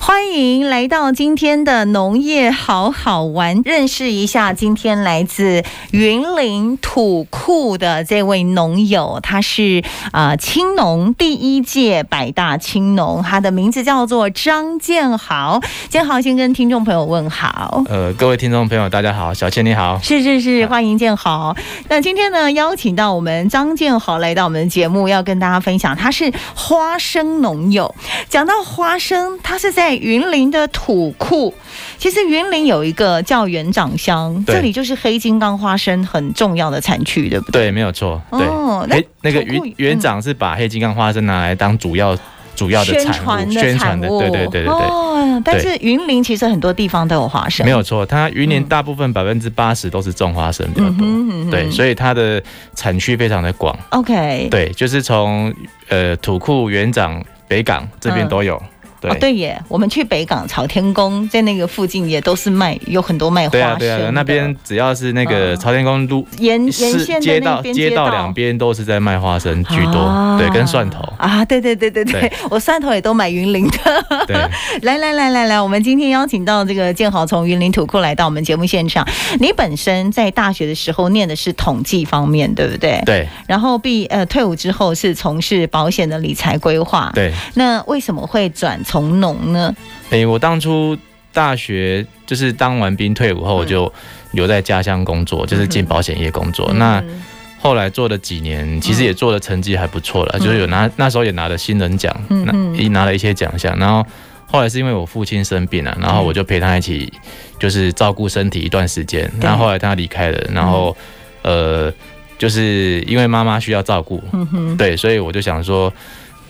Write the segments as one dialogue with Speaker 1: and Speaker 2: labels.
Speaker 1: 欢迎来到今天的农业好好玩，认识一下今天来自云林土库的这位农友，他是啊、呃青农第一届百大青农，他的名字叫做张建豪。建豪先跟听众朋友问好。
Speaker 2: 呃，各位听众朋友，大家好，小倩你好。
Speaker 1: 是是是，
Speaker 2: 好
Speaker 1: 欢迎建豪。那今天呢，邀请到我们张建豪来到我们的节目，要跟大家分享，他是花生农友。讲到花生，它是在云林的土库。其实云林有一个叫园长乡，
Speaker 2: 对
Speaker 1: 这里就是黑金刚花生很重要的产区，对不对？
Speaker 2: 对，没有错。对，哎
Speaker 1: 哦那
Speaker 2: 那那个
Speaker 1: 土库
Speaker 2: 园园长是把黑金刚花生拿来当主要主要的
Speaker 1: 宣
Speaker 2: 产
Speaker 1: 传
Speaker 2: 物，
Speaker 1: 的产
Speaker 2: 宣传的，
Speaker 1: 物，
Speaker 2: 对对对对对，
Speaker 1: 哦，但是云林其实很多地方都有花生，
Speaker 2: 没有错。它云林
Speaker 1: 嗯
Speaker 2: 大部分百分之八十都是种花生比较
Speaker 1: 嗯
Speaker 2: 多，
Speaker 1: 哼，嗯哼
Speaker 2: 对，所以它的产区非常的广。
Speaker 1: OK，
Speaker 2: 对，就是从呃土库、园长、北港这边
Speaker 1: 嗯
Speaker 2: 都有。
Speaker 1: 哦，
Speaker 2: 对。
Speaker 1: 对耶，我们去北港朝天宫，在那个附近也都是卖，有很多卖花
Speaker 2: 对啊，
Speaker 1: 生的。
Speaker 2: 对啊，那边只要是那个
Speaker 1: 嗯
Speaker 2: 朝天宫路
Speaker 1: 沿沿
Speaker 2: 是
Speaker 1: 线
Speaker 2: 街
Speaker 1: 的那
Speaker 2: 道
Speaker 1: 边
Speaker 2: 街道两边都是在卖花生居多，对，跟蒜头，
Speaker 1: 啊，对对对对对，
Speaker 2: 对
Speaker 1: 我蒜头也都买云林的。
Speaker 2: 对。
Speaker 1: 来来来来来，我们今天邀请到这个建豪从云林土库来到我们节目现场。你本身在大学的时候念的是统计方面，对不对？
Speaker 2: 对
Speaker 1: 然后毕呃退伍之后是从事保险的理财规划。。
Speaker 2: 对，
Speaker 1: 那为什么会转从农呢？
Speaker 2: 诶、我当初大学就是当完兵退伍后，
Speaker 1: 嗯
Speaker 2: 我就留在家乡工作，就是进保险业工作。哦那
Speaker 1: 嗯
Speaker 2: 后来做了几年，其实也做的成绩还不错了，就是有拿那时候也拿了新人奖，
Speaker 1: 嗯
Speaker 2: 那
Speaker 1: 嗯
Speaker 2: 也拿了一些奖项。然后后来是因为我父亲生病了、然后
Speaker 1: 嗯
Speaker 2: 我就陪他一起就是照顾身体一段时间。
Speaker 1: 对
Speaker 2: 那后来他离开了，然后呃，就是因为妈妈需要照顾，
Speaker 1: 嗯哼，
Speaker 2: 对，所以我就想说，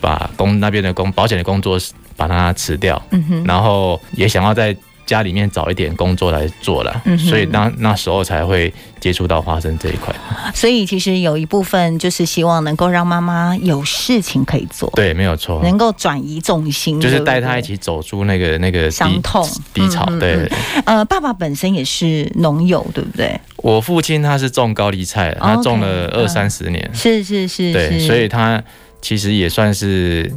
Speaker 2: 把工那边的工保险的工作把它辞掉，
Speaker 1: 嗯哼。
Speaker 2: 然后也想要在家里面找一点工作来做了，
Speaker 1: 嗯哼
Speaker 2: 所以那那时候才会接触到花生这一块。
Speaker 1: 所以其实有一部分就是希望能够让妈妈有事情可以做，
Speaker 2: 对，没有错，
Speaker 1: 能够转移重心，
Speaker 2: 就是
Speaker 1: 对不对
Speaker 2: 带他一。起走出那个那个
Speaker 1: 伤
Speaker 2: 低
Speaker 1: 痛
Speaker 2: 低潮。
Speaker 1: 嗯嗯
Speaker 2: 对，
Speaker 1: 嗯呃，爸爸本身也是农友，对不对？
Speaker 2: 我父亲他是种高丽菜的，
Speaker 1: 哦
Speaker 2: 他种了
Speaker 1: OK，
Speaker 2: 二
Speaker 1: 嗯
Speaker 2: 三十年，
Speaker 1: 是是是
Speaker 2: 对，
Speaker 1: 是，
Speaker 2: 所以他其实也算是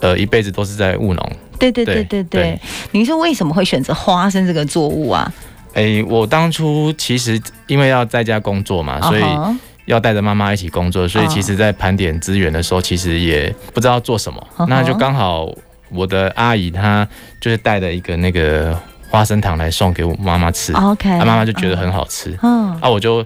Speaker 2: 呃一辈子都是在务农。
Speaker 1: 对对对
Speaker 2: 对
Speaker 1: 对
Speaker 2: 对
Speaker 1: 对，您是为什么会选择花生这个作物啊？
Speaker 2: 诶，我当初其实因为要在家工作嘛，所以
Speaker 1: 啊
Speaker 2: 要带着妈妈一起工作，所以
Speaker 1: 嗯
Speaker 2: 其实，在盘点资源的时候，其实也不知道做什么。
Speaker 1: 嗯哼
Speaker 2: 那就刚好我的阿姨她就是带了一个那个花生糖来送给我妈妈吃，
Speaker 1: 哈 OK，
Speaker 2: 她啊妈妈就觉得很好吃。
Speaker 1: 嗯，
Speaker 2: 啊，我就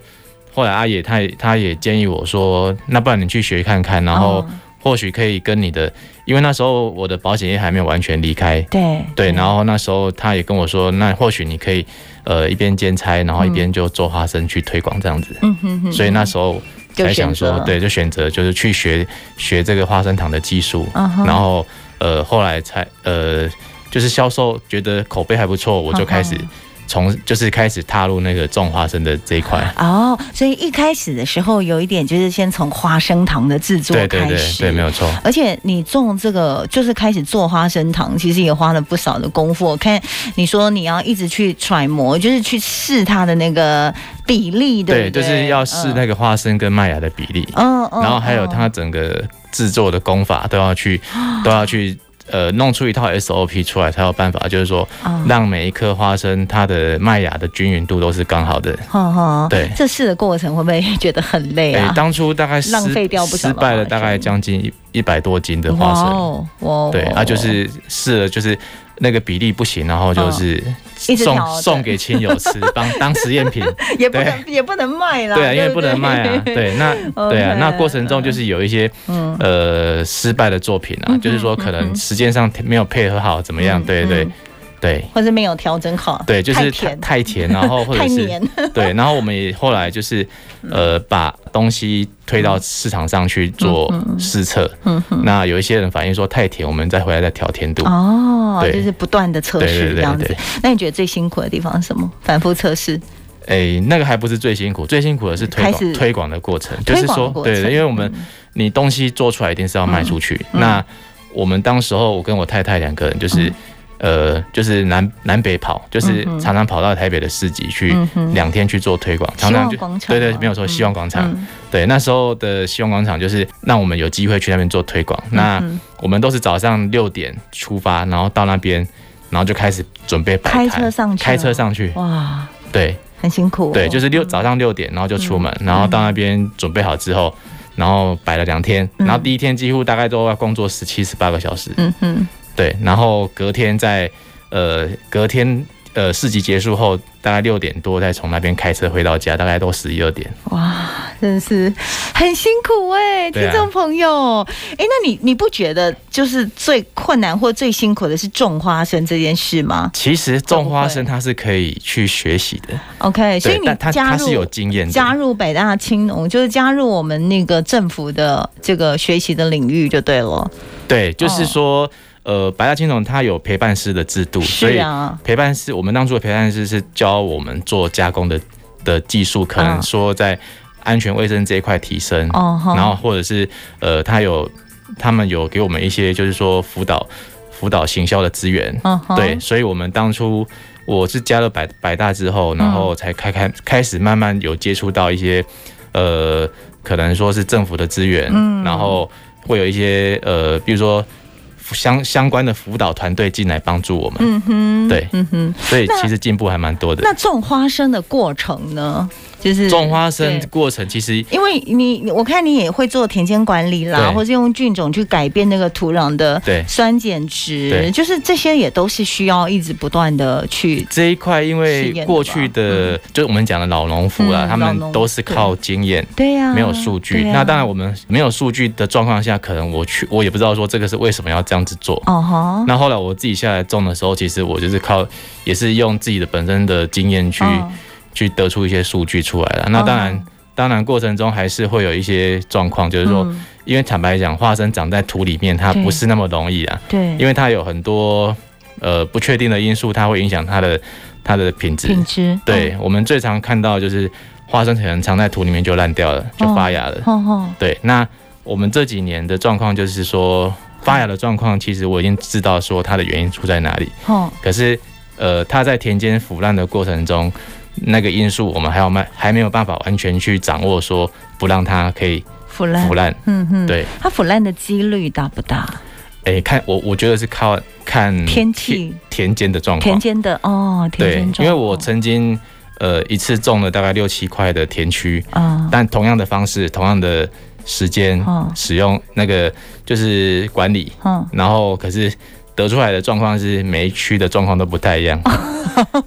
Speaker 2: 后来阿姨她也她也建议我说，那不然你去学看看，然后
Speaker 1: 嗯
Speaker 2: 或许可以跟你的，因为那时候我的保险业还没有完全离开。
Speaker 1: 对
Speaker 2: 对，然后那时候她也跟我说，那或许你可以，呃，一边兼差，然后一边就做花生去推广这样子。
Speaker 1: 嗯哼哼，
Speaker 2: 所以那时候
Speaker 1: 就
Speaker 2: 才
Speaker 1: 选
Speaker 2: 想
Speaker 1: 择
Speaker 2: 说，，对，就选择就是去学学这个花生糖的技术，
Speaker 1: 嗯哼
Speaker 2: 然后呃后来才呃就是销售觉得口碑还不错，我就开始
Speaker 1: 嗯
Speaker 2: 从就是开始踏入那个种花生的这一块。
Speaker 1: 哦，所以一开始的时候有一点就是先从花生糖的制作
Speaker 2: 对对
Speaker 1: 开
Speaker 2: 对
Speaker 1: 始，
Speaker 2: 对，没有错。
Speaker 1: 而且你种这个就是开始做花生糖，其实也花了不少的功夫。我看你说你要一直去揣摩，就是去试它的那个比例，对不对？
Speaker 2: 就是要试那个花生跟麦芽的比例，
Speaker 1: 嗯，嗯嗯
Speaker 2: 然后还有它
Speaker 1: 嗯
Speaker 2: 整个制作的工法都要去 都要去呃弄出一套 SOP 出来，才有办法，就是说
Speaker 1: 嗯
Speaker 2: 让每一颗花生它的麦芽的均匀度都是刚好的。
Speaker 1: 哈哈，
Speaker 2: 对
Speaker 1: 这试的过程会不会觉得很累
Speaker 2: 哎、
Speaker 1: 啊？
Speaker 2: 当初大概失
Speaker 1: 浪费掉不少的
Speaker 2: 失败
Speaker 1: 花
Speaker 2: 了
Speaker 1: 生
Speaker 2: 大概将近一一百多斤的花
Speaker 1: 哇
Speaker 2: 生，
Speaker 1: 哦，哇哦
Speaker 2: 对，啊，就是试了，就是那个比例不行，然后就是
Speaker 1: 嗯一直
Speaker 2: 送、
Speaker 1: 调整
Speaker 2: 送给亲友吃，当当实验品，
Speaker 1: 也不能也不能卖啦，
Speaker 2: 对啊，因为
Speaker 1: 不
Speaker 2: 不能卖啊，对，那
Speaker 1: OK
Speaker 2: 对啊，那过程中就是有一些
Speaker 1: 嗯，
Speaker 2: 呃失败的作品啊，
Speaker 1: 嗯
Speaker 2: 就是说可能时间上没有配合好，怎么样？
Speaker 1: 嗯
Speaker 2: 对对
Speaker 1: 嗯
Speaker 2: 对
Speaker 1: 或是没有调整好，
Speaker 2: 对，就是
Speaker 1: 太
Speaker 2: 太
Speaker 1: 甜
Speaker 2: 太甜，然 后或
Speaker 1: 太
Speaker 2: 者是
Speaker 1: 黏，嗯
Speaker 2: 对，然后我们也后来就是呃把东西推到市场上去做试测，
Speaker 1: 嗯哼，
Speaker 2: 那有一些人反映说太甜，我们再回来再调甜度。
Speaker 1: 哦，
Speaker 2: 对
Speaker 1: 就是不断的测
Speaker 2: 对对
Speaker 1: 试
Speaker 2: 对
Speaker 1: 这样子
Speaker 2: 对。
Speaker 1: 那你觉得最辛苦的地方是什么？反复测试。
Speaker 2: 诶，哎那个还不是最辛苦，最辛苦的是推
Speaker 1: 开始
Speaker 2: 广推广的过程，就
Speaker 1: 推
Speaker 2: 是
Speaker 1: 广的
Speaker 2: 说，
Speaker 1: 过程
Speaker 2: 对，因为我们你东西做出来一定是要卖出去。
Speaker 1: 嗯
Speaker 2: 那我们当时候，我跟我太太两个人就是。呃，就是南南北跑，就是
Speaker 1: 嗯哼
Speaker 2: 常常跑到台北的市集去
Speaker 1: 嗯哼
Speaker 2: 两、天去做推广，
Speaker 1: 希
Speaker 2: 常常
Speaker 1: 望
Speaker 2: 就
Speaker 1: 广场
Speaker 2: 对
Speaker 1: 吗，
Speaker 2: 对，没有错，希望广场、
Speaker 1: 嗯
Speaker 2: 对，那时候的希望广场就是让我
Speaker 1: 嗯
Speaker 2: 们有机会去那边做推广。那我们都是早上六点出发，然后到那边，然后就开始准备摆
Speaker 1: 开
Speaker 2: 摊
Speaker 1: 车上去
Speaker 2: 开车上去，
Speaker 1: 哇，
Speaker 2: 对
Speaker 1: 很辛苦哦、
Speaker 2: 对，就是六早上六点，然后就出门，
Speaker 1: 嗯
Speaker 2: 然后到那边准备好之后，然后摆了两天，然后第一天几乎大概都要工作十七十八个小时，
Speaker 1: 嗯哼，
Speaker 2: 对，然后隔天在呃隔天呃市集结束后，大概六点多再从那边开车回到家，大概都十一二点。
Speaker 1: 哇，真的是很辛苦哎、
Speaker 2: 对
Speaker 1: 听
Speaker 2: 啊
Speaker 1: 众朋友，哎、那你你不觉得就是最困难或最辛苦的是种花生这件事吗
Speaker 2: 其实种花
Speaker 1: 会
Speaker 2: 生
Speaker 1: 不
Speaker 2: 它是可以去学习的，
Speaker 1: ？OK，所以
Speaker 2: 对，
Speaker 1: 你
Speaker 2: 但它
Speaker 1: 加
Speaker 2: 它
Speaker 1: 入
Speaker 2: 是有经验的，
Speaker 1: 加入北大青农，就是加入我们那个政府的这个学习的领域就对了。
Speaker 2: 对，就是
Speaker 1: 哦
Speaker 2: 说，呃，白大青总它有陪伴师的制度，所
Speaker 1: 是
Speaker 2: 以
Speaker 1: 啊，
Speaker 2: 陪伴师我们当初的陪伴师是教我们做加工的的技术，可能
Speaker 1: 嗯
Speaker 2: 说在安全卫生这一块提升，
Speaker 1: 哦哈，
Speaker 2: 嗯然后或者是呃，他有他们有给我们一些就是说辅导辅导行销的资源，
Speaker 1: 嗯哼
Speaker 2: 对，，所以我们当初我是加了百百大之后，然后才开开开始慢慢有接触到一些呃，可能说是政府的资源，
Speaker 1: 嗯
Speaker 2: 然后会有一些呃，比如说。相相关的辅导团队进来帮助我们，
Speaker 1: 嗯哼，
Speaker 2: 对，
Speaker 1: 嗯哼。
Speaker 2: 所以
Speaker 1: 那
Speaker 2: 其实进步还蛮多的。
Speaker 1: 那种花生的过程呢？就是
Speaker 2: 种花生
Speaker 1: 对
Speaker 2: 过程其实
Speaker 1: 因为你，你我看你也会做田间管理啦，
Speaker 2: 对
Speaker 1: 或是用菌种去改变那个土壤的
Speaker 2: 对
Speaker 1: 酸碱值，
Speaker 2: 对
Speaker 1: 就是这些也都是需要一直不断的去
Speaker 2: 这一块，因
Speaker 1: 实
Speaker 2: 为
Speaker 1: 验的吧
Speaker 2: 过去的就是我们讲的老农夫啦，
Speaker 1: 嗯
Speaker 2: 他
Speaker 1: 老
Speaker 2: 们
Speaker 1: 农
Speaker 2: 都是靠经验，
Speaker 1: 对呀、
Speaker 2: 没有数据。
Speaker 1: 对啊
Speaker 2: 那当然，我们没有数据的状况下，可能我去我也不知道说这个是为什么要这样子做。
Speaker 1: 哦哈，
Speaker 2: 那后来我自己下来种的时候，其实我就是靠，也是用自己的本身的经验去、
Speaker 1: 哦
Speaker 2: 去得出一些数据出来了。那当然，
Speaker 1: 哦
Speaker 2: 当然过程中还是会有一些状况，就是说，
Speaker 1: 嗯
Speaker 2: 因为坦白讲，花生长在土里面，它
Speaker 1: 对
Speaker 2: 不是那么容易啊，
Speaker 1: 对，
Speaker 2: 因为它有很多呃不确定的因素，它会影响它的它的品质。
Speaker 1: 品质
Speaker 2: 对、我们最常看到就是花生可能藏在土里面就烂掉了，就发芽了。
Speaker 1: 哦哦
Speaker 2: 对，那我们这几年的状况就是说，发芽的状况，其实我已经知道说它的原因出在哪里。
Speaker 1: 哦，
Speaker 2: 可是，呃，它在田间腐烂的过程中，那个因素我们还要慢，还没有办法完全去掌握，说不让它可以
Speaker 1: 腐烂
Speaker 2: 腐烂。
Speaker 1: 嗯哼，
Speaker 2: 对，
Speaker 1: 它腐烂的几率大不大？
Speaker 2: 哎、看我我觉得是靠看
Speaker 1: 天气、
Speaker 2: 田间的状
Speaker 1: 田
Speaker 2: 况。
Speaker 1: 间的哦，田
Speaker 2: 嗯对
Speaker 1: 间，种
Speaker 2: 因为我曾经呃一次种了大概六七块的田区，
Speaker 1: 啊，
Speaker 2: 但同样的方式，同样的时间
Speaker 1: 哦
Speaker 2: 使用那个就是管理，
Speaker 1: 嗯，
Speaker 2: 然后可是得出来的状况是每一区的状况都不太 一样，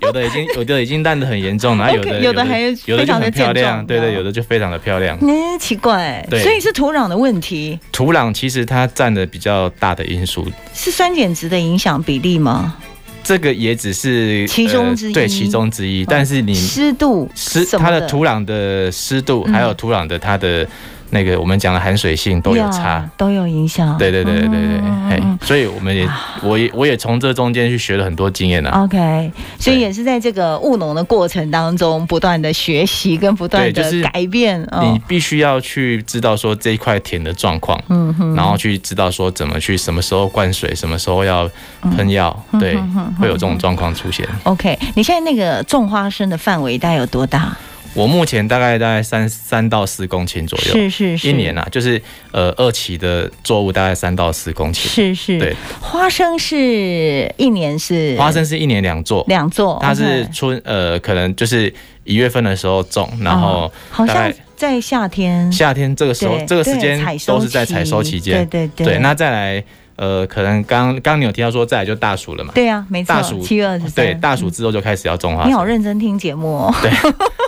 Speaker 2: 有的已经有的已经烂得很严重了，然后啊有
Speaker 1: OK，
Speaker 2: 的
Speaker 1: 有的还
Speaker 2: 有的
Speaker 1: 非
Speaker 2: 就
Speaker 1: 常地
Speaker 2: 很漂
Speaker 1: 健壮啊
Speaker 2: 亮，对
Speaker 1: 的
Speaker 2: 对，有的就非常的漂亮。
Speaker 1: 嗯，奇怪，
Speaker 2: 对
Speaker 1: 所以是土壤的问题，
Speaker 2: 土壤其实它占的比较大的因素，
Speaker 1: 是酸碱值的影响比例吗？
Speaker 2: 这个也只是呃
Speaker 1: 其中之一
Speaker 2: 对其中之一，但是你
Speaker 1: 湿度
Speaker 2: 湿
Speaker 1: 什么
Speaker 2: 它的土壤的湿度，
Speaker 1: 嗯
Speaker 2: 还有土壤的它的那个我们讲的含水性都有差。
Speaker 1: 呀，都有影响。
Speaker 2: 对对对对对，
Speaker 1: 啊嗯
Speaker 2: 哎、
Speaker 1: 嗯
Speaker 2: 所以我们也，我也，我也从这中间去学了很多经验啊。
Speaker 1: OK，所以
Speaker 2: 对
Speaker 1: 也是在这个务农的过程当中，不断的学习跟不断
Speaker 2: 对就
Speaker 1: 的
Speaker 2: 是
Speaker 1: 改变。哦
Speaker 2: 你必须要去知道说这一块田的状况，
Speaker 1: 嗯哼，
Speaker 2: 然后去知道说怎么去什么时候灌水，什么时候要喷药，
Speaker 1: 嗯
Speaker 2: 对，会有这种状况出现。
Speaker 1: OK，你现在那个种花生的范围大概有多大？
Speaker 2: 我目前大概大概三三到四公顷左右，
Speaker 1: 是是是，
Speaker 2: 一年啊，就是呃二期的作物大概三到四公顷，
Speaker 1: 是是，
Speaker 2: 对，
Speaker 1: 花生是一年是
Speaker 2: 花生是一年两座，
Speaker 1: 两座，
Speaker 2: 它是
Speaker 1: OK
Speaker 2: 春呃可能就是一月份的时候种，然后
Speaker 1: 好
Speaker 2: 大
Speaker 1: 像
Speaker 2: 概
Speaker 1: 在夏天，
Speaker 2: 夏天这个时候
Speaker 1: 哦对
Speaker 2: 这个时
Speaker 1: 对
Speaker 2: 间
Speaker 1: 采收
Speaker 2: 都是在采收期间，
Speaker 1: 对对
Speaker 2: 对，那再来呃可能刚刚你有提到说再来就大暑了嘛。
Speaker 1: 对啊，没错
Speaker 2: 大，暑
Speaker 1: 七月二十三，嗯
Speaker 2: 对，大暑之后就开始要种花
Speaker 1: 你好
Speaker 2: 生。
Speaker 1: 认真听节目哦，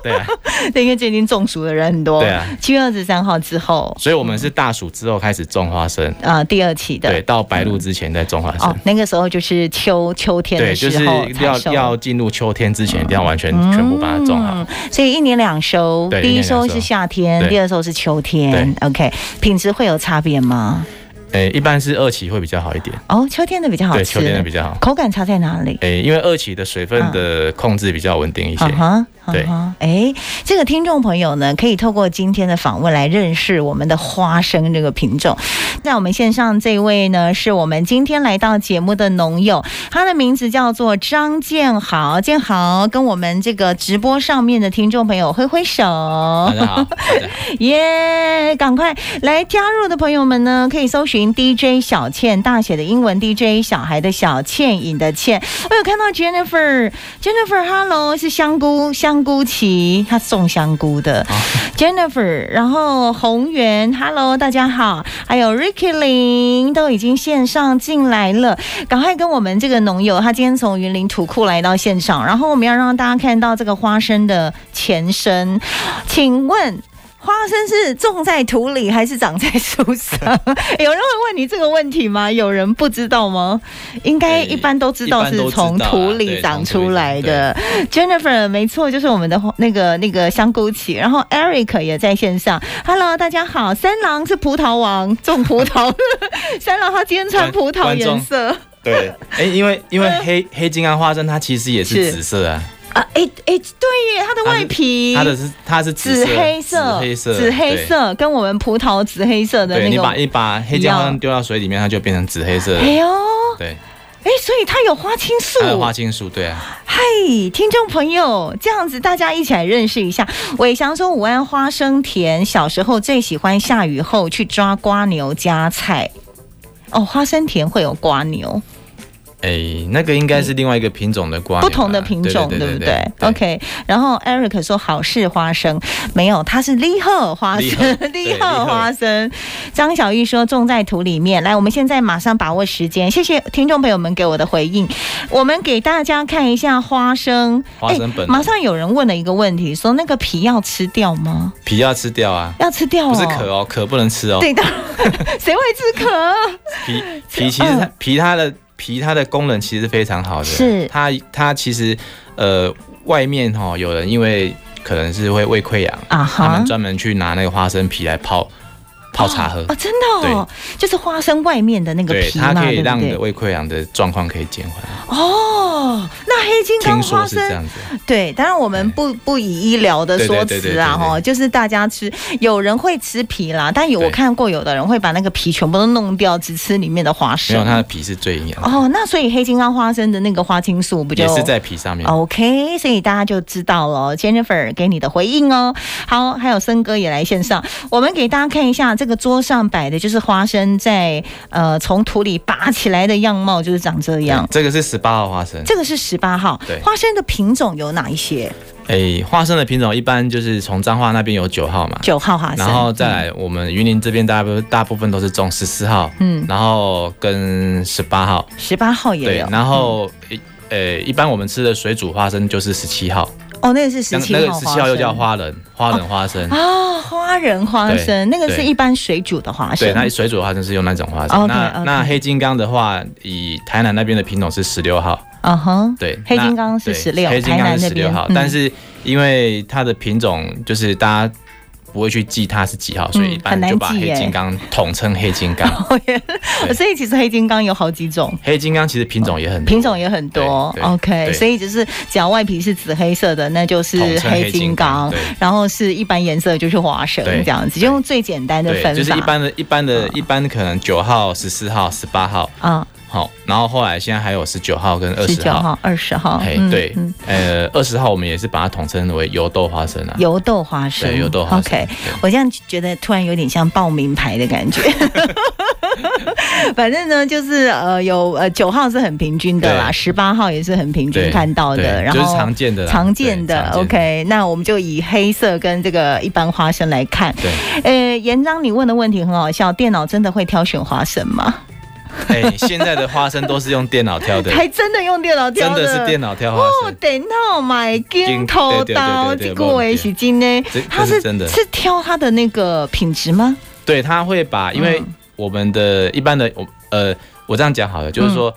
Speaker 2: 对啊，
Speaker 1: 对，因为最近中暑的人很多。
Speaker 2: 对啊，
Speaker 1: 七月二十三号之后，
Speaker 2: 所以我们是大暑之后开始种花生，
Speaker 1: 呃，第二期的。
Speaker 2: 对，到白露之前再种花
Speaker 1: 哦
Speaker 2: 生。，
Speaker 1: 那个时候就是秋秋天
Speaker 2: 对，
Speaker 1: 的
Speaker 2: 就
Speaker 1: 时
Speaker 2: 是
Speaker 1: 候
Speaker 2: 要
Speaker 1: 采收，
Speaker 2: 要进入秋天之前，一定要完全全部把它种好
Speaker 1: 嗯。所以一年两收，
Speaker 2: 对
Speaker 1: 第
Speaker 2: 一
Speaker 1: 一
Speaker 2: 年两
Speaker 1: 收
Speaker 2: 收
Speaker 1: 是夏天，
Speaker 2: 对
Speaker 1: 第二收是秋天。OK，品质会有差别吗？
Speaker 2: 诶，一般是二期会比较好一点，
Speaker 1: 哦，秋天的比较好
Speaker 2: 对，秋天的
Speaker 1: 吃，
Speaker 2: 比较好。
Speaker 1: 口感差在哪里？
Speaker 2: 诶，因为二期的水
Speaker 1: 嗯
Speaker 2: 分的控制比较稳定一些
Speaker 1: 啊。哈，
Speaker 2: 对
Speaker 1: 啊哈，哎，这个听众朋友呢，可以透过今天的访问来认识我们的花生这个品种。在我们线上这位呢，是我们今天来到节目的农友，他的名字叫做张建豪，建豪跟我们这个直播上面的听众朋友挥挥手。
Speaker 2: 大家好，大家好
Speaker 1: 耶赶快来加入的朋友们呢，可以搜寻林 DJ 小倩，大写的英文 DJ，小孩的小倩影的倩。我哎有看到 Jennifer，Jennifer，Hello，是香菇香菇旗，她送香菇的、Jennifer，然后红源，Hello，大家好，还有 Ricky 林都已经线上进来了，赶快跟我们这个农友，他今天从云林土库来到现场，然后我们要让大家看到这个花生的前身，请问。花生是种在土里还是长在树上？ 有人会问你这个问题吗？有人不知道吗？应该
Speaker 2: 诶
Speaker 1: 一般都知道
Speaker 2: 一般都
Speaker 1: 是
Speaker 2: 知道啊
Speaker 1: 从土里
Speaker 2: 对
Speaker 1: 长
Speaker 2: 从土里
Speaker 1: 出来的。Jennifer，没错，就是我们的那个那个香菇起。然后 Eric 也在线上，Hello，大家好。三郎是葡萄王，种葡萄。三郎他今天穿葡萄颜色
Speaker 2: 对，哎、因为因为黑黑金刚花生它其实也是紫色啊，
Speaker 1: 啊，哎哎，对耶，他的外皮，
Speaker 2: 它的是它是紫
Speaker 1: 紫
Speaker 2: 色
Speaker 1: 黑色，
Speaker 2: 紫黑色，
Speaker 1: 紫黑
Speaker 2: 对。
Speaker 1: 色，跟我们葡萄紫黑色的
Speaker 2: 对
Speaker 1: 那
Speaker 2: 你把
Speaker 1: 个。
Speaker 2: 一把黑金刚花生丢到水里面，它就变成紫黑色
Speaker 1: 哎
Speaker 2: 了。
Speaker 1: 呦，
Speaker 2: 对，
Speaker 1: 哎，所以它有花青素，
Speaker 2: 还有花青素，对啊，
Speaker 1: 嗨，听众朋友，这样子大家一起来认识一下。伟翔说，武安花生田小时候最喜欢下雨后去抓瓜牛夹菜。哦，花生田会啊有瓜牛，
Speaker 2: 哎、那个应该是另外一个品种的瓜牛
Speaker 1: 不
Speaker 2: 啊，
Speaker 1: 同的品种，对不对？OK。然后 Eric 说好事花生，没有，它是利贺花
Speaker 2: 利 贺
Speaker 1: 生，
Speaker 2: 对
Speaker 1: 利
Speaker 2: 利贺
Speaker 1: 贺花生。张小玉说种在土里面。来，我们现在马上把握时间，谢谢听众朋友们给我的回应。我们给大家看一下花生，
Speaker 2: 花生本
Speaker 1: 哎马上有人问了一个问题，说那个皮要吃掉吗？
Speaker 2: 皮要吃掉啊，
Speaker 1: 要吃掉、哦？
Speaker 2: 不是壳哦，壳不能吃哦。
Speaker 1: 对的， 谁会 吃壳？
Speaker 2: 皮皮其实它皮它的皮它的功能其实非常好的，
Speaker 1: 嗯是
Speaker 2: 它它其实呃外面哈、有人因为可能是会胃溃疡，
Speaker 1: 啊
Speaker 2: 他
Speaker 1: 哈
Speaker 2: 们。专门去拿那个花生皮来泡泡茶喝。
Speaker 1: 哦，真的哦，就是花生外面的那个
Speaker 2: 对，
Speaker 1: 皮
Speaker 2: 它
Speaker 1: 嘛，
Speaker 2: 可
Speaker 1: 对
Speaker 2: 以
Speaker 1: 不
Speaker 2: 让你
Speaker 1: 对
Speaker 2: 的？胃溃疡的状况可以减缓，
Speaker 1: 哦，那黑金刚
Speaker 2: 听
Speaker 1: 花
Speaker 2: 说是这
Speaker 1: 生
Speaker 2: 样子。
Speaker 1: 对，当然我们不不以医疗的说
Speaker 2: 对对对
Speaker 1: 辞
Speaker 2: 对
Speaker 1: 啊，
Speaker 2: 对对
Speaker 1: 哈，就是大家吃，有人会吃皮啦，但有我
Speaker 2: 对
Speaker 1: 看过有的人会把那个皮全部都弄掉，只吃里面的花
Speaker 2: 没有，它
Speaker 1: 生。
Speaker 2: 的皮是最营养的，
Speaker 1: 哦，那所以黑金刚花生的那个花青素不就
Speaker 2: 也是在皮上面。
Speaker 1: 哦 OK，所以大家就知道了 Jennifer 给你的回应哦。好，还有森哥也来线上，我们给大家看一下这个桌上摆的就是花生在呃从土里拔起来的样貌，就是长这样
Speaker 2: 对。这个是十八号花生。
Speaker 1: 这个是十八号
Speaker 2: 对
Speaker 1: 花生的品种有哪一些？
Speaker 2: 诶，花生的品种一般就是从彰化那边有九号嘛，
Speaker 1: 九号花生，
Speaker 2: 然后再来我们云林这边大部大部分都是种十四号，
Speaker 1: 嗯，
Speaker 2: 然后跟十八号，
Speaker 1: 十八号也
Speaker 2: 对
Speaker 1: 有，，嗯
Speaker 2: 然后诶呃，一般我们吃的水煮花生就是十七号，
Speaker 1: 哦，那个是十
Speaker 2: 那
Speaker 1: 七
Speaker 2: 那
Speaker 1: 号
Speaker 2: 个
Speaker 1: 花
Speaker 2: 十
Speaker 1: 生，
Speaker 2: 七号又叫花仁，花仁花生，
Speaker 1: 啊，花仁花生，那个是
Speaker 2: 对
Speaker 1: 一般水煮的花生，
Speaker 2: 对，那水煮花生是用那种花生。
Speaker 1: OK，OK
Speaker 2: 那那黑金刚的话，以台南那边的品种是十六号，
Speaker 1: 嗯哼，
Speaker 2: 对，
Speaker 1: 黑金
Speaker 2: 那
Speaker 1: 刚是
Speaker 2: 对
Speaker 1: 16
Speaker 2: 黑金
Speaker 1: 台
Speaker 2: 刚是
Speaker 1: 南那
Speaker 2: 十六
Speaker 1: 边
Speaker 2: 号
Speaker 1: 嗯，
Speaker 2: 但是因为它的品种就是大家。不会去记它是几号，所以一
Speaker 1: 嗯很
Speaker 2: 般
Speaker 1: 难
Speaker 2: 就把
Speaker 1: 记
Speaker 2: 黑
Speaker 1: 耶
Speaker 2: 金刚统称黑金刚。 对
Speaker 1: 所以其实黑金刚有好几种。
Speaker 2: 黑金刚其实品种也很多
Speaker 1: 品种也很多
Speaker 2: 对对
Speaker 1: ，OK，
Speaker 2: 对
Speaker 1: 所以只是只要外皮是紫黑色的，那就是
Speaker 2: 统称
Speaker 1: 黑金刚
Speaker 2: 对，
Speaker 1: 然后是一般颜色就是花生
Speaker 2: 对
Speaker 1: 这样子，
Speaker 2: 对
Speaker 1: 就用最简单的分法。嗯
Speaker 2: 对，就是一般的、一般的、一般可能九号、十四号、十八号，
Speaker 1: 啊，
Speaker 2: 好，然后后来现在还有十九号跟二
Speaker 1: 十
Speaker 2: 十
Speaker 1: 九
Speaker 2: 号。
Speaker 1: 号、二十号
Speaker 2: 哎，，
Speaker 1: 嗯
Speaker 2: 对
Speaker 1: 嗯，
Speaker 2: 呃，二十号我们也是把它统称为油豆花生啊。
Speaker 1: 油豆花生，
Speaker 2: 对油豆花生
Speaker 1: OK，
Speaker 2: 对
Speaker 1: 我这样觉得突然有点像报名牌的 感觉。反正呢，就是呃有呃九号是很平均的啦，十八号也是很平均
Speaker 2: 对
Speaker 1: 看到的，
Speaker 2: 对
Speaker 1: 然后
Speaker 2: 就是常见的啦
Speaker 1: 常见
Speaker 2: 对
Speaker 1: 的
Speaker 2: 常见的
Speaker 1: OK，那我们就以黑色跟这个一般花生来看。
Speaker 2: 对，
Speaker 1: 呃，严章，你问的问题很好笑，电脑真的会挑选花生吗？
Speaker 2: 哎，现在的花生都是用电脑挑的，
Speaker 1: 还真的用电脑
Speaker 2: 真
Speaker 1: 挑
Speaker 2: 的是电脑挑花
Speaker 1: 哦
Speaker 2: 生，，
Speaker 1: 电脑买金头刀，
Speaker 2: 对对对对对
Speaker 1: 这个也是真的
Speaker 2: 这。
Speaker 1: 它
Speaker 2: 这
Speaker 1: 是
Speaker 2: 是真的
Speaker 1: 是挑它的那个品质吗？
Speaker 2: 对，他会把，因为
Speaker 1: 嗯
Speaker 2: 我们的一般的，我呃，我这样讲好了，就是说，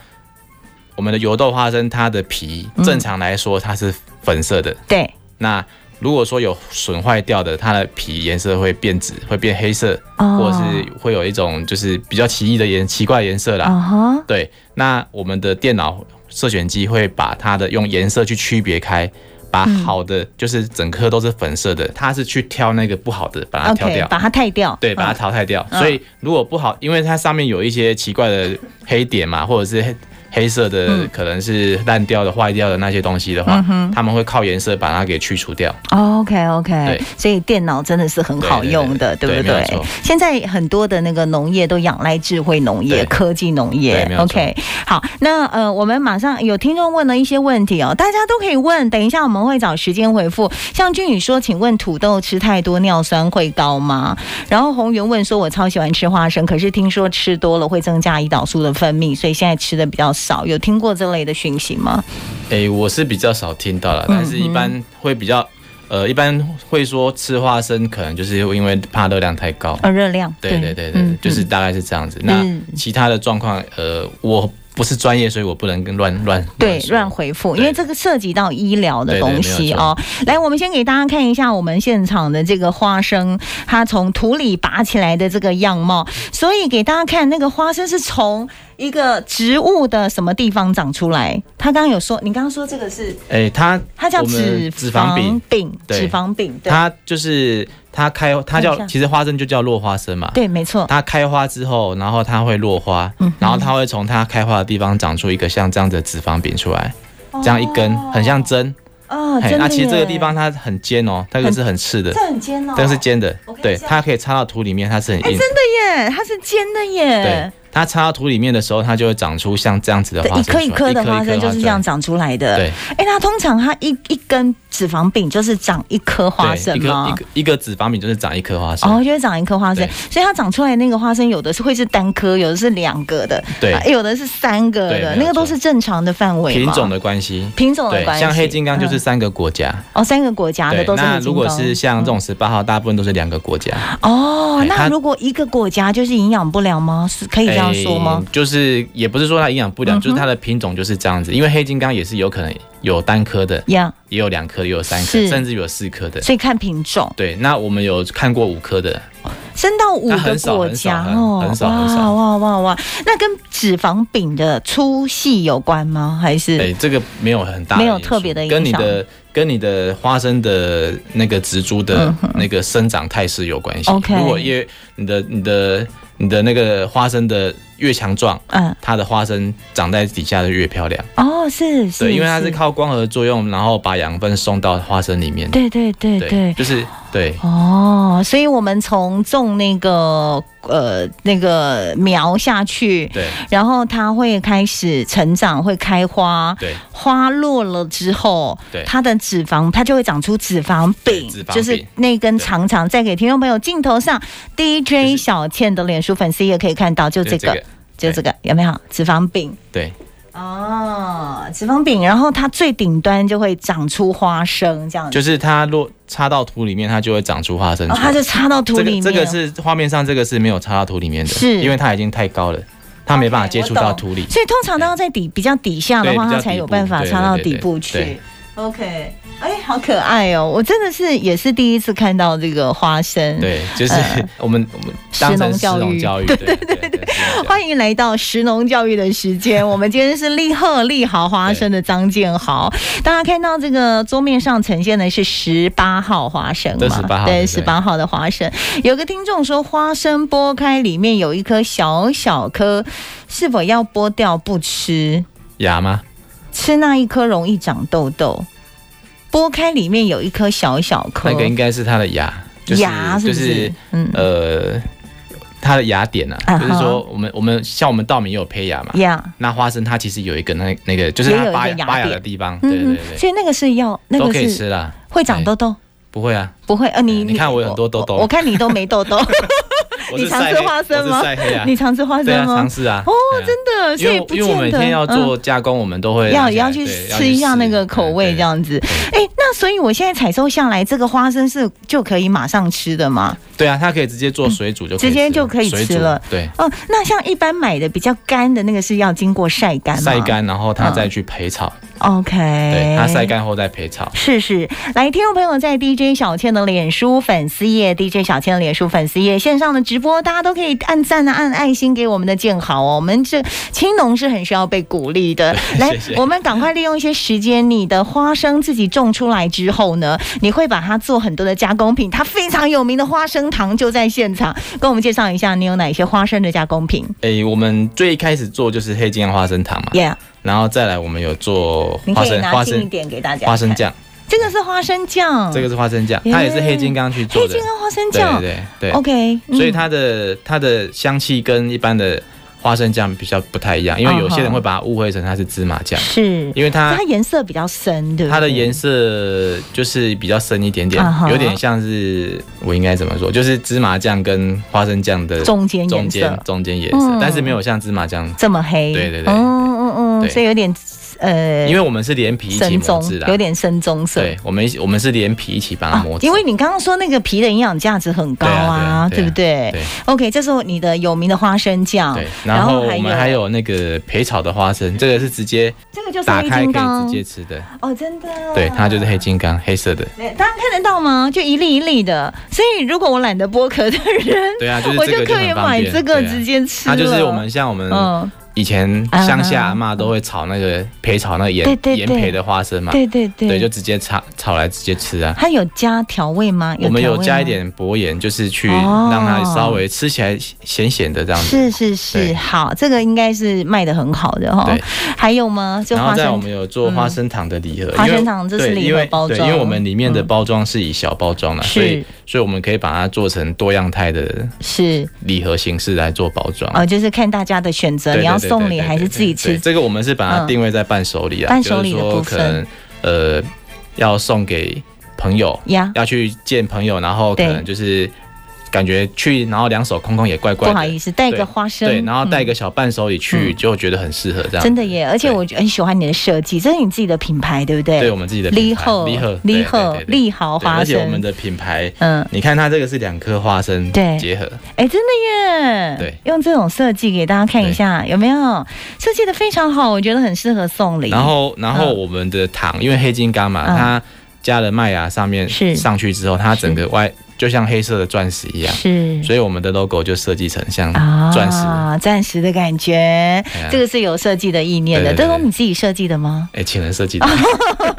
Speaker 2: 我们的油豆花生它的皮
Speaker 1: 嗯
Speaker 2: 正常来说它是粉色的，
Speaker 1: 对，
Speaker 2: 那如果说有损坏掉的，它的皮颜色会变紫，会变黑色，
Speaker 1: 哦
Speaker 2: 或者是会有一种就是比较奇异的颜奇怪颜色啦。
Speaker 1: 啊哈，
Speaker 2: 对，那我们的电脑色选机会把它的用颜色去区别开，把好的、就是整颗都是粉色的，它是去挑那个不好的，把它挑
Speaker 1: OK，
Speaker 2: 掉。
Speaker 1: 把它汰掉，
Speaker 2: 对，把它
Speaker 1: 嗯
Speaker 2: 淘汰掉。
Speaker 1: 嗯
Speaker 2: 所以如果不好，因为它上面有一些奇怪的黑点嘛，或者是黑黑色的、
Speaker 1: 嗯
Speaker 2: 可能是烂掉的、坏掉的那些东西的话，他们会靠颜色把它给去除掉。
Speaker 1: OK OK，
Speaker 2: 对
Speaker 1: 所以电脑真的是很好用的，
Speaker 2: 对
Speaker 1: 不
Speaker 2: 对对对没
Speaker 1: 对
Speaker 2: 有错？
Speaker 1: 现在很多的那个农业都仰赖智慧农业、
Speaker 2: 对
Speaker 1: 科技农业
Speaker 2: 对没。有错
Speaker 1: OK，好，那呃，我们马上有听众问了一些问题哦，大家都可以问，等一下我们会找时间回复。像俊宇说，请问土豆吃太多尿酸会高吗？然后红源问说，我超喜欢吃花生，可是听说吃多了会增加胰岛素的分泌，所以现在吃的比较少。有听过这类的讯息吗？
Speaker 2: 诶、我是比较少听到了，
Speaker 1: 嗯
Speaker 2: 但是一般会比较，呃，一般会说吃花生，可能就是因为怕热量太高。
Speaker 1: 呃，热量。
Speaker 2: 对对对对，
Speaker 1: 嗯
Speaker 2: 就是大概是这样子。那其他的状况，呃，我不是专业，所以我不能跟乱乱
Speaker 1: 对，
Speaker 2: 说
Speaker 1: 乱回复，
Speaker 2: 对
Speaker 1: 因为这个涉及到医疗的
Speaker 2: 对对
Speaker 1: 东
Speaker 2: 没
Speaker 1: 西
Speaker 2: 有错
Speaker 1: 哦。来，我们先给大家看一下我们现场的这个花生，它从土里拔起来的这个样貌。所以给大家看，那个花生是从一个植物的什么地方长出来？他刚刚有说，你刚刚说这个是
Speaker 2: 诶、它
Speaker 1: 它叫
Speaker 2: 我们
Speaker 1: 脂
Speaker 2: 脂肪饼，
Speaker 1: 饼，
Speaker 2: 对
Speaker 1: 脂肪饼，对
Speaker 2: 它就是它开，
Speaker 1: 看
Speaker 2: 它
Speaker 1: 一
Speaker 2: 叫
Speaker 1: 下
Speaker 2: 其实花生就叫落花生嘛。
Speaker 1: 对，没嗯错，
Speaker 2: 它开花之后，然后它会落花，然后它会从它开花的地方长出一个像这样子的脂肪饼出来，这样一根
Speaker 1: 哦
Speaker 2: 很像针。
Speaker 1: 哦，
Speaker 2: 嘿
Speaker 1: 真的
Speaker 2: 那其实这
Speaker 1: 耶
Speaker 2: 个地方它很尖哦，那个是很刺的
Speaker 1: 这，很尖哦，
Speaker 2: 这个是尖的
Speaker 1: 我看，一
Speaker 2: 对，
Speaker 1: 下
Speaker 2: 它可以插到土里面，它是很
Speaker 1: 哎，
Speaker 2: 硬
Speaker 1: 真。的耶，它是尖的
Speaker 2: 对
Speaker 1: 耶。，
Speaker 2: 它插到土里面的时候，它就会长出像这样子的花
Speaker 1: 对，
Speaker 2: 生
Speaker 1: 一
Speaker 2: 出
Speaker 1: 颗
Speaker 2: 来，
Speaker 1: 一颗的花生
Speaker 2: 一
Speaker 1: 就是这样长出来的。
Speaker 2: 对
Speaker 1: 哎、那通常它一一根脂肪饼就是长一颗花
Speaker 2: 对
Speaker 1: 生
Speaker 2: 一颗
Speaker 1: 吗
Speaker 2: 一？个一个脂肪饼就是长一颗花生，
Speaker 1: 哦，就会长一颗花生
Speaker 2: 对，
Speaker 1: 所以它长出来那个花生，有的是会是单颗，有的是两个的，
Speaker 2: 对
Speaker 1: 啊有的是三个
Speaker 2: 对没
Speaker 1: 的，那
Speaker 2: 有错
Speaker 1: 个都是正常的范围
Speaker 2: 品
Speaker 1: 吗
Speaker 2: 种的关系。
Speaker 1: 品种的
Speaker 2: 对
Speaker 1: 关，系。
Speaker 2: 像黑金刚就是
Speaker 1: 嗯
Speaker 2: 三个国家，
Speaker 1: 哦，三个国家的嗯
Speaker 2: 对
Speaker 1: 都，是黑
Speaker 2: 那
Speaker 1: 金刚。
Speaker 2: 如果是像这种十八号，大部分都是两个国家。
Speaker 1: 哦，
Speaker 2: 哎
Speaker 1: 那
Speaker 2: 它
Speaker 1: 如果一个国家就是营养不良吗？是可以这样说吗？
Speaker 2: 诶哎就是也不是说它营养不良，
Speaker 1: 嗯哼
Speaker 2: 就是它的品种就是这样子。因为黑金刚也是有可能有单颗的，
Speaker 1: 呀、
Speaker 2: 也有两颗，也有三颗
Speaker 1: 是，
Speaker 2: 甚至有四颗的。
Speaker 1: 所以看品种，
Speaker 2: 对，那我们有看过五颗的，
Speaker 1: 升到五
Speaker 2: 那
Speaker 1: 个
Speaker 2: 很少
Speaker 1: 国
Speaker 2: 很少
Speaker 1: 家
Speaker 2: 很
Speaker 1: 哦，
Speaker 2: 很少很少
Speaker 1: 哇哇哇哇！那跟脂肪饼的粗细有关吗？还是、
Speaker 2: 哎，这个没有很大的
Speaker 1: 没
Speaker 2: 因素，
Speaker 1: 有特别的影响
Speaker 2: 跟你的跟你的花生的那个植株的那个生长态势有关系。
Speaker 1: 嗯 OK
Speaker 2: 如果越你的你的你的那个花生的越强壮，
Speaker 1: 嗯
Speaker 2: 它的花生长在底下的越漂亮。
Speaker 1: 哦是是，
Speaker 2: 对，因为它是靠光合作用，然后把养分送到花生里面。
Speaker 1: 对对对对。
Speaker 2: 就是对
Speaker 1: 哦，所以我们从种那个呃那个苗下去，
Speaker 2: 对
Speaker 1: 然后它会开始成长，会开花，
Speaker 2: 对
Speaker 1: 花落了之后，
Speaker 2: 对
Speaker 1: 它的脂肪它就会长出脂肪饼，
Speaker 2: 对脂肪饼
Speaker 1: 就是那根
Speaker 2: 对
Speaker 1: 长长。再给听众朋友镜头上
Speaker 2: 是
Speaker 1: ，DJ 小倩的脸书粉丝也可以看到， 就这
Speaker 2: 就这
Speaker 1: 个
Speaker 2: 个，
Speaker 1: 就这个，有没有脂肪饼？
Speaker 2: 对
Speaker 1: 哦，脂肪饼，然后它最顶端就会长出花生，这样子，
Speaker 2: 就是它落插到土里面，它就会长出花生
Speaker 1: 然
Speaker 2: 出
Speaker 1: 哦后它
Speaker 2: 来。
Speaker 1: 就插到土
Speaker 2: 这
Speaker 1: 里
Speaker 2: 个
Speaker 1: 面。
Speaker 2: 这个是画面上这个是没有插到土里面的，
Speaker 1: 是
Speaker 2: 因为它已经太高了，它没办法
Speaker 1: OK，
Speaker 2: 接触
Speaker 1: 我
Speaker 2: 到
Speaker 1: 懂
Speaker 2: 土里。
Speaker 1: 所以通常都要在底比较底下的
Speaker 2: 对
Speaker 1: 话，
Speaker 2: 比较
Speaker 1: 它才
Speaker 2: 底
Speaker 1: 有
Speaker 2: 部
Speaker 1: 办法
Speaker 2: 对
Speaker 1: 插到
Speaker 2: 对对
Speaker 1: 底部
Speaker 2: 对
Speaker 1: 去
Speaker 2: 对。
Speaker 1: OK，哎，好可爱哦！我真的是也是第一次看到这个花生。
Speaker 2: 对，就是
Speaker 1: 呃
Speaker 2: 我们我们当成
Speaker 1: 食
Speaker 2: 食
Speaker 1: 农教育
Speaker 2: 农教育，对对对对，
Speaker 1: 欢迎来到食农教育的时间。我们今天是立鹤立豪花生的张建豪，大家看到这个桌面上呈现的是十八号花生
Speaker 2: 这
Speaker 1: 嘛？
Speaker 2: 18号
Speaker 1: 对，
Speaker 2: 对
Speaker 1: 十八号的花生。有个听众说，花生剥开里面有一颗小小颗，是否要剥掉不吃？
Speaker 2: 牙吗？
Speaker 1: 吃那一颗容易长痘痘。剥开里面有一颗小小颗，
Speaker 2: 那个应该是它的牙，就是
Speaker 1: 牙是不？
Speaker 2: 就是是
Speaker 1: 嗯，
Speaker 2: 呃它的牙点
Speaker 1: 啊
Speaker 2: 啊，
Speaker 1: 哈
Speaker 2: 就是说我们我们像我们稻米也有胚芽嘛，
Speaker 1: 呀，
Speaker 2: 那花生它其实有一个那那个就是
Speaker 1: 也有
Speaker 2: 它
Speaker 1: 一个
Speaker 2: 拔
Speaker 1: 牙
Speaker 2: 拔芽
Speaker 1: 点
Speaker 2: 的地方，对对
Speaker 1: 嗯，
Speaker 2: 对。
Speaker 1: 所以那个是要那
Speaker 2: 都
Speaker 1: 个
Speaker 2: 可以
Speaker 1: 是
Speaker 2: 吃啦，
Speaker 1: 会长
Speaker 2: 对
Speaker 1: 痘痘。
Speaker 2: 不会啊，
Speaker 1: 不会，呃，你
Speaker 2: 嗯你看我有很多痘痘
Speaker 1: 我我看你都没痘 痘，
Speaker 2: 我
Speaker 1: 你
Speaker 2: 是
Speaker 1: 常
Speaker 2: 晒
Speaker 1: 吃
Speaker 2: 黑，
Speaker 1: 花生吗
Speaker 2: 我是晒黑啊，
Speaker 1: 你常吃花
Speaker 2: 对啊，
Speaker 1: 生
Speaker 2: 尝
Speaker 1: 吗？
Speaker 2: 试啊，
Speaker 1: 哦
Speaker 2: 对啊，
Speaker 1: 真的，所以
Speaker 2: 因
Speaker 1: 不
Speaker 2: 为因为我每
Speaker 1: 见
Speaker 2: 天要
Speaker 1: 得。嗯
Speaker 2: 做加工，我们都会
Speaker 1: 要
Speaker 2: 拿下来
Speaker 1: 要去
Speaker 2: 对
Speaker 1: 吃一下那个口味这
Speaker 2: 对
Speaker 1: 样子，哎、那所以我现在采收下来这个花生是就可以马上吃的嘛？
Speaker 2: 对啊，它可以直接做水煮就可以
Speaker 1: 嗯直接
Speaker 2: 吃
Speaker 1: 就可以
Speaker 2: 水
Speaker 1: 吃
Speaker 2: 煮
Speaker 1: 了
Speaker 2: 对，
Speaker 1: 哦，那像一般买的比较干的那个是要经过晒干吗？
Speaker 2: 晒干然后它
Speaker 1: 嗯哎
Speaker 2: 再去焙炒，
Speaker 1: ，OK，
Speaker 2: 对，它晒干后再焙炒。
Speaker 1: 是是，来，听众朋友在 DJ 小倩的脸书粉丝页，DJ 小倩的脸书粉丝页线上的直播，大家都可以按赞啊，按爱心给我们的建豪哦。我们这青农是很需要被鼓励的。来，
Speaker 2: 谢谢
Speaker 1: 我们赶快利用一些时间，你的花生自己种出来来之后呢，你会把它做很多的加工品。它非常有名的花生糖就在现场，跟我们介绍一下你有哪些花生的加工品。
Speaker 2: 诶、我们最一开始做就是黑金花生糖嘛，
Speaker 1: Yeah，
Speaker 2: 然后再来我们有做
Speaker 1: 你
Speaker 2: 花
Speaker 1: 可以
Speaker 2: 生
Speaker 1: 拿
Speaker 2: 花
Speaker 1: 近一
Speaker 2: 生
Speaker 1: 点给大家。
Speaker 2: 花生，酱，
Speaker 1: 这个是花生酱，
Speaker 2: 这个是花生酱，
Speaker 1: 耶
Speaker 2: 它也是黑金刚去做
Speaker 1: 嗯哎黑
Speaker 2: 的
Speaker 1: 金，跟花生
Speaker 2: 对
Speaker 1: 酱。
Speaker 2: 对对对，
Speaker 1: OK，嗯
Speaker 2: 所以它的它的香气跟一般的花生酱比较不太一样，因为
Speaker 1: 嗯
Speaker 2: 有些人会把它误会成它是芝麻酱，
Speaker 1: 是
Speaker 2: 因为它
Speaker 1: 它颜色比较深，对不对？
Speaker 2: 它的颜色就是比较深一点点
Speaker 1: 啊哈，
Speaker 2: 有点像是我应该怎么说，就是芝麻酱跟花生酱的
Speaker 1: 中间
Speaker 2: 中
Speaker 1: 颜
Speaker 2: 间
Speaker 1: 色
Speaker 2: 中间颜色
Speaker 1: 嗯，
Speaker 2: 但是没有像芝麻酱，
Speaker 1: 这么黑，
Speaker 2: 对对对
Speaker 1: 嗯嗯嗯，
Speaker 2: 对
Speaker 1: 所以有点呃，
Speaker 2: 因为我们是连皮一起
Speaker 1: 深
Speaker 2: 磨
Speaker 1: 棕
Speaker 2: 制的，
Speaker 1: 有点深棕色。
Speaker 2: 对，我们一起我们是连皮一起把它
Speaker 1: 啊
Speaker 2: 磨，制，
Speaker 1: 因为你刚刚说那个皮的营养价值很高啊，
Speaker 2: 对啊对啊
Speaker 1: 不对
Speaker 2: 对
Speaker 1: o k 这是你的有名的花生酱
Speaker 2: 对，，然后我们还
Speaker 1: 有
Speaker 2: 有那个焙炒的花生，这个是直接
Speaker 1: 这个就是
Speaker 2: 打
Speaker 1: 黑
Speaker 2: 开可
Speaker 1: 金
Speaker 2: 以直
Speaker 1: 刚
Speaker 2: 接吃的，
Speaker 1: 哦，真的，
Speaker 2: 对，它就是黑。金刚，黑色的。
Speaker 1: 大家看得到吗？就一粒一粒的，所以如果我懒得剥壳的人，
Speaker 2: 对啊，就是
Speaker 1: 我
Speaker 2: 这个
Speaker 1: 可以
Speaker 2: 很方
Speaker 1: 买
Speaker 2: 便
Speaker 1: 这个
Speaker 2: 对啊
Speaker 1: 直接吃了。
Speaker 2: 它就是我们像我们
Speaker 1: 嗯，
Speaker 2: 以前乡下
Speaker 1: 啊
Speaker 2: 阿嬷都会炒那个焙炒那个盐
Speaker 1: 对对对
Speaker 2: 盐培的花生嘛，
Speaker 1: 对对对，
Speaker 2: 对，就直接炒炒来直接吃啊。
Speaker 1: 它有加调味吗？
Speaker 2: 我们
Speaker 1: 调
Speaker 2: 有
Speaker 1: 味
Speaker 2: 加
Speaker 1: 吗
Speaker 2: 一。点薄盐，就是去
Speaker 1: 哦
Speaker 2: 让它稍微吃起来咸咸的这样子。
Speaker 1: 是是是，
Speaker 2: 对
Speaker 1: 好，这个应该是卖的很好的哈
Speaker 2: 对。
Speaker 1: 还有吗？就
Speaker 2: 然
Speaker 1: 花
Speaker 2: 后再我
Speaker 1: 生嗯
Speaker 2: 们有做花生糖的礼盒，因为
Speaker 1: 花生糖这是
Speaker 2: 对
Speaker 1: 礼盒
Speaker 2: 因为
Speaker 1: 包装嗯
Speaker 2: 对，因为我们里面的包装是以小包装的，所以
Speaker 1: 是
Speaker 2: 所以我们可以把它做成多样态的
Speaker 1: 是
Speaker 2: 礼盒形式来做包装。
Speaker 1: 呃，就是看大家的选择，
Speaker 2: 对
Speaker 1: 你要
Speaker 2: 对对
Speaker 1: 送
Speaker 2: 对
Speaker 1: 礼
Speaker 2: 对
Speaker 1: 还是
Speaker 2: 对
Speaker 1: 自己
Speaker 2: 对
Speaker 1: 吃？
Speaker 2: 这个我们是把它
Speaker 1: 嗯
Speaker 2: 定位在伴手礼啊，
Speaker 1: 伴手礼的
Speaker 2: 就是
Speaker 1: 部
Speaker 2: 说
Speaker 1: 分
Speaker 2: 可能呃要送给朋友，
Speaker 1: 呀，
Speaker 2: 要去见朋友，然后可
Speaker 1: 嗯对
Speaker 2: 能就是感觉去，然后两手空空也怪
Speaker 1: 不
Speaker 2: 怪
Speaker 1: 好
Speaker 2: 的。
Speaker 1: 意思，带
Speaker 2: 对
Speaker 1: 个花生，
Speaker 2: 对，然后带
Speaker 1: 嗯
Speaker 2: 一个小伴手礼去，
Speaker 1: 嗯
Speaker 2: 就觉得很适合这样。
Speaker 1: 真的耶，而且
Speaker 2: 对
Speaker 1: 我很喜欢你的设计，这是你自己的品牌，对不对？
Speaker 2: 对我们自己的
Speaker 1: 利
Speaker 2: 品牌
Speaker 1: 贺
Speaker 2: 利贺
Speaker 1: 利
Speaker 2: 对
Speaker 1: 贺
Speaker 2: 对对对
Speaker 1: 利豪
Speaker 2: 对
Speaker 1: 花
Speaker 2: 而且我们
Speaker 1: 生，
Speaker 2: 的品牌，
Speaker 1: 嗯，
Speaker 2: 你看它这个是两颗花生
Speaker 1: 对
Speaker 2: 结合，
Speaker 1: 哎，真的耶，
Speaker 2: 对，
Speaker 1: 用这种设计给大家看一
Speaker 2: 对
Speaker 1: 下有没有设计的非常好，我觉得很适合送礼。
Speaker 2: 然后然后
Speaker 1: 嗯
Speaker 2: 我们的糖，因为黑金刚嘛，
Speaker 1: 嗯
Speaker 2: 它加了麦芽上面
Speaker 1: 是
Speaker 2: 上去之后，它整个外就像黑色的钻石一样，
Speaker 1: 是
Speaker 2: 所以我们的 logo 就设计成像
Speaker 1: 啊，
Speaker 2: 嗯钻石。
Speaker 1: 钻石的感觉，
Speaker 2: 哎呀
Speaker 1: 这个是有设计的意念的，
Speaker 2: 对对
Speaker 1: 这
Speaker 2: 对
Speaker 1: 都你自己设计的吗？
Speaker 2: 哎，请人设计的，
Speaker 1: 哦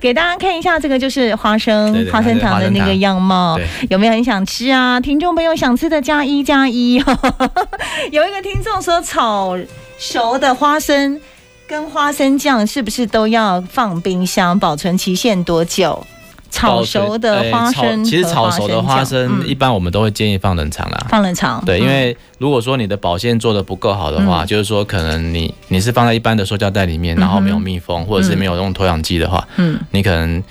Speaker 1: 给大家看一下，这个就是花生
Speaker 2: 对对
Speaker 1: 花生糖的那
Speaker 2: 花生
Speaker 1: 个
Speaker 2: 糖
Speaker 1: 样貌
Speaker 2: 对，
Speaker 1: 有没有很想吃啊？听众朋友想吃的加一加一。 有一个听众说，炒熟的花生跟花生酱是不是都要放冰箱？保存期限多久？炒熟的
Speaker 2: 哎
Speaker 1: 花生和花
Speaker 2: 炒
Speaker 1: 生酱、
Speaker 2: 其实炒熟的花生
Speaker 1: 嗯
Speaker 2: 一般我们都会建议放冷藏啦。
Speaker 1: 放冷藏，
Speaker 2: 对，
Speaker 1: 嗯
Speaker 2: 因为如果说你的保鲜做的不够好的话，
Speaker 1: 嗯
Speaker 2: 就是说可能你你是放在一般的塑胶袋里面，
Speaker 1: 哼
Speaker 2: 然后没有密封，或者是没有用脱氧机的话，
Speaker 1: 嗯
Speaker 2: 你可能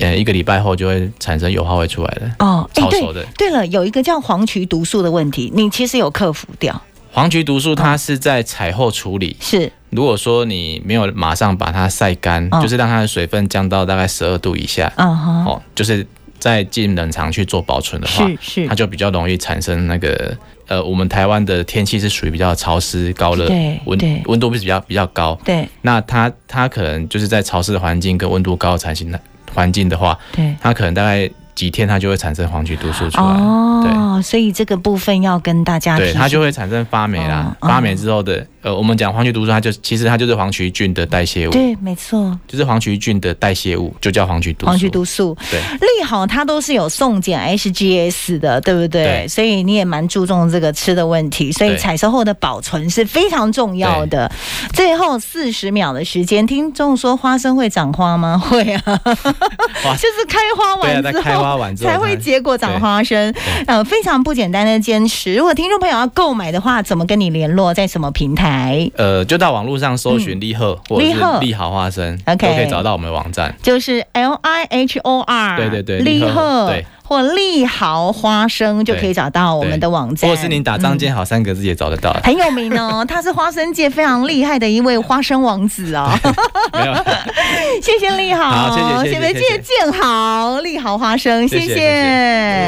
Speaker 2: 呃一个礼拜后就会产生油耗会出来的。
Speaker 1: 哦，哎
Speaker 2: 炒
Speaker 1: 对
Speaker 2: 熟的
Speaker 1: 对了，有一个叫黄曲毒素的问题，你其实有克服掉，
Speaker 2: 黄菊毒素
Speaker 1: 嗯
Speaker 2: 它是在采后处理，
Speaker 1: 是
Speaker 2: 如果说你没有马上把它晒干，
Speaker 1: 嗯
Speaker 2: 就是让它的水分降到大概十二度以下，
Speaker 1: 啊哈，
Speaker 2: 哦，就是再进冷藏去做保存的话，
Speaker 1: 是是
Speaker 2: 它，就比较容易产生那个呃，我们台湾的天气是属于比较潮湿高热
Speaker 1: 对，
Speaker 2: 温
Speaker 1: 对
Speaker 2: 温度是比较比较高。
Speaker 1: 对
Speaker 2: 那它它可能就是在潮湿的环境跟温度高的产生的环境的话，
Speaker 1: 对。
Speaker 2: 它可能大概几天它就会产生黄曲毒素出来，
Speaker 1: 哦，所以这个部分要跟大家啊
Speaker 2: 对
Speaker 1: 提
Speaker 2: 对，
Speaker 1: 醒，
Speaker 2: 它就会产生发霉啦。
Speaker 1: 哦
Speaker 2: 发霉之后的呃，我们讲黄曲毒素，它就其实它就是黄曲菌的代谢物，
Speaker 1: 对，没错，
Speaker 2: 就是黄曲菌的代谢物，就叫黄曲毒素。
Speaker 1: 黄曲毒素，
Speaker 2: 对
Speaker 1: 利好它都是有送检 HGS 的，对不对？
Speaker 2: 对
Speaker 1: 所以你也蛮注重这个吃的问题，所以
Speaker 2: 对
Speaker 1: 采收后的保存是非常重要的。最后四十秒的时间，听众说花生会长花吗？ 会啊，
Speaker 2: 花
Speaker 1: 就是开花
Speaker 2: 对啊，
Speaker 1: 完
Speaker 2: 在
Speaker 1: 之
Speaker 2: 开
Speaker 1: 后。
Speaker 2: 花完之后
Speaker 1: 才会
Speaker 2: 它
Speaker 1: 结果长花生
Speaker 2: 对，
Speaker 1: 呃，非常不简单的坚持。如果听众朋友要购买的话，怎么跟你联络？在什么平台？
Speaker 2: 呃，就到网络上搜寻利贺、或
Speaker 1: 嗯
Speaker 2: 者
Speaker 1: 利贺
Speaker 2: 是利好花生
Speaker 1: OK
Speaker 2: 都可以找到我们的网站。
Speaker 1: 就是 L I H O R，
Speaker 2: 对对对
Speaker 1: 利
Speaker 2: 利贺
Speaker 1: 贺
Speaker 2: 对
Speaker 1: 或利豪花生就可以找到哦我们的网站，嗯
Speaker 2: 或者是您打“张建好”三个字也找得到。
Speaker 1: 很有名哦， 他是花生界非常厉害的一位花生王子哦。
Speaker 2: 没有，
Speaker 1: 谢谢利豪，
Speaker 2: 好谢谢谢谢
Speaker 1: 谢
Speaker 2: 谢谢
Speaker 1: 建好利豪花生，
Speaker 2: 谢谢
Speaker 1: 谢谢
Speaker 2: 谢谢